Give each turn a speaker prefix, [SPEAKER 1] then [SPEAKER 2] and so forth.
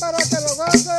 [SPEAKER 1] para que lo goces.